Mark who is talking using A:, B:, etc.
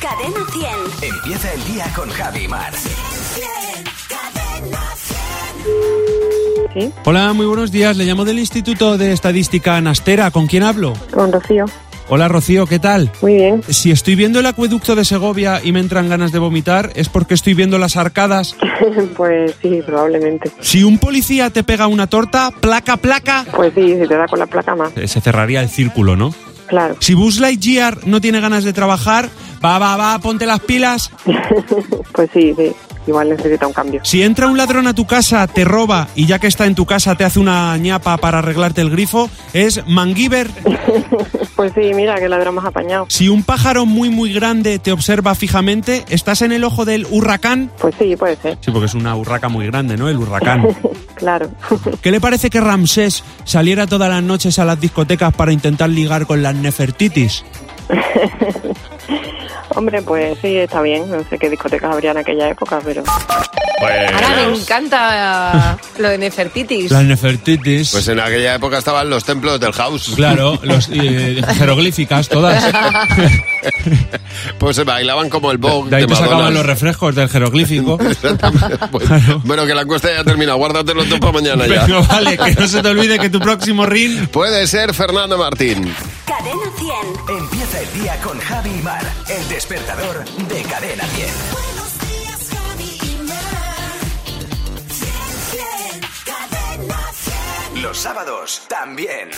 A: Cadena 100.
B: Empieza el día con Javi Mar.
C: Sí,
D: Hola, muy buenos días. Le llamo del Instituto de Estadística Anastera. ¿Con quién hablo?
C: con Rocío.
D: Hola, Rocío, ¿qué tal?
C: Muy bien.
D: Si estoy viendo el acueducto de Segovia y me entran ganas de vomitar, es porque estoy viendo las arcadas.
C: pues sí, probablemente.
D: Si un policía te pega una torta, placa, placa,
C: Pues sí, si te da con la placa más.
D: eh, se cerraría el círculo, ¿no?
C: Claro.
D: Si Buzz Lightyear no tiene ganas de trabajar, va, va, va, ponte las pilas.
C: pues sí, sí. Igual necesita un cambio.
D: Si entra un ladrón a tu casa, te roba y ya que está en tu casa te hace una ñapa para arreglarte el grifo, es Mangiver.
C: pues sí, mira, que ladrón más apañado.
D: Si un pájaro muy muy grande te observa fijamente, estás en el ojo del huracán.
C: Pues sí, puede ser.
D: Sí, porque es una urraca muy grande, ¿no? El huracán.
C: Claro.
D: ¿Qué le parece que Ramsés saliera todas las noches a las discotecas para intentar ligar con las Nefertitis?
C: Hombre, pues sí, está bien. No sé qué discotecas habría en aquella época, pero...
E: Ahora me
F: Pues,
E: encanta lo de Nefertitis.
D: Las Nefertitis.
F: pues en aquella época estaban los templos del house.
D: Claro, los eh, jeroglíficas todas.
F: Pues se bailaban como el bog
D: De ahí
F: de
D: te sacaban los
F: Madonna.
D: refrescos del jeroglífico.
F: Pues, bueno, que la encuesta ya termina. Guárdatelo todo para mañana ya.
D: Pero vale, que no se te olvide que tu próximo ring
F: Puede ser Fernando Martín.
A: Cadena 100.
B: Empieza el día con Javi Mar. El despertador de Cadena 10.
G: Buenos días, Javi y Mar. Bien, bien, cadena 100.
B: Los sábados también.